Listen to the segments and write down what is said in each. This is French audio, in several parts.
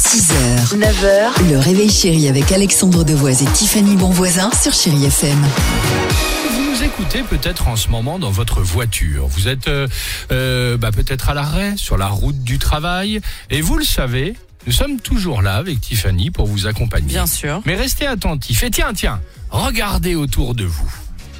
6h, 9h, le réveil chéri avec Alexandre Devoise et Tiffany Bonvoisin sur Chérie FM. Ah, Vous nous écoutez peut-être en ce moment dans votre voiture. Vous êtes euh, euh, bah, peut-être à l'arrêt, sur la route du travail. Et vous le savez, nous sommes toujours là avec Tiffany pour vous accompagner. Bien sûr. hein. Mais restez attentifs. Et tiens, tiens, regardez autour de vous.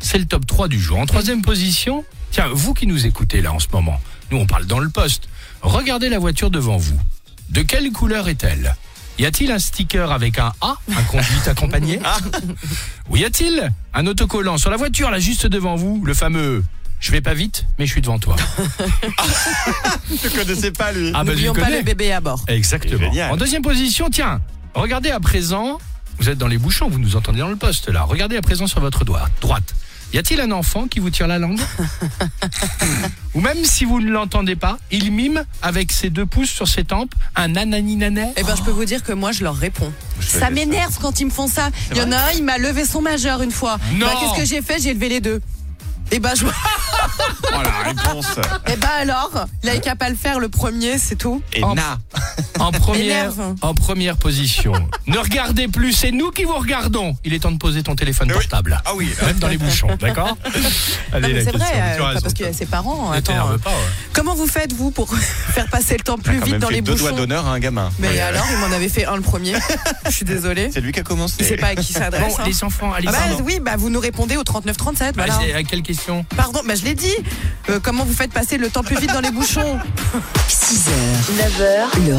C'est le top 3 du jour. En troisième position, tiens, vous qui nous écoutez là en ce moment, nous on parle dans le poste. Regardez la voiture devant vous. De quelle couleur est-elle Y a-t-il un sticker avec un A, un conduite accompagnée Ah. Ou y a-t-il un autocollant sur la voiture là juste devant vous, le fameux je vais pas vite, mais je suis devant toi. Je connaissais pas lui. Ah bah je N'oublions pas connais. les bébés à bord. Exactement. Génial. En deuxième position, tiens, regardez à présent, vous êtes dans les bouchons, vous nous entendez dans le poste là. Regardez à présent sur votre doigt, droite. Y a-t-il un enfant qui vous tire la langue Ou même si vous ne l'entendez pas, il mime avec ses deux pouces sur ses tempes un ananinanais. Eh ben, je peux vous dire que moi, je leur réponds. fais Ça ça. m'énerve quand ils me font ça. Il y en a un, il m'a levé son majeur une fois. Non. Bah, Qu'est-ce que j'ai fait J'ai levé les deux. Eh ben, je... Oh la réponse. eh ben alors, il a qu'à pas le faire le premier, c'est tout. Et Oh. na. En première, M'énerve. en première position. ne regardez plus, c'est nous qui vous regardons. Il est temps de poser ton téléphone Eh oui. portable. Ah oui. Même dans les bouchons, d'accord Allez, Non, mais la c'est question, vrai, tu as euh, raison, pas parce qu'il y a Tom. ses parents. Ne Attends, t'énerve euh, pas, ouais. comment vous faites vous pour faire passer le temps plus Quand vite même dans fait les deux doigts bouchons d'honneur à un gamin. Mais alors, il m'en avait fait un le premier. Je suis désolée. C'est lui qui a Il commencé. sait pas à qui il s'adresse. Bon, hein. les Bah, enfants, allez, Ah bah, pardon. oui, bah vous nous répondez au 39 37. Voilà. Vas-y, à quelle question Pardon, bah je l'ai dit. Euh, comment vous faites passer le temps plus vite dans les bouchons 6h, 9h, le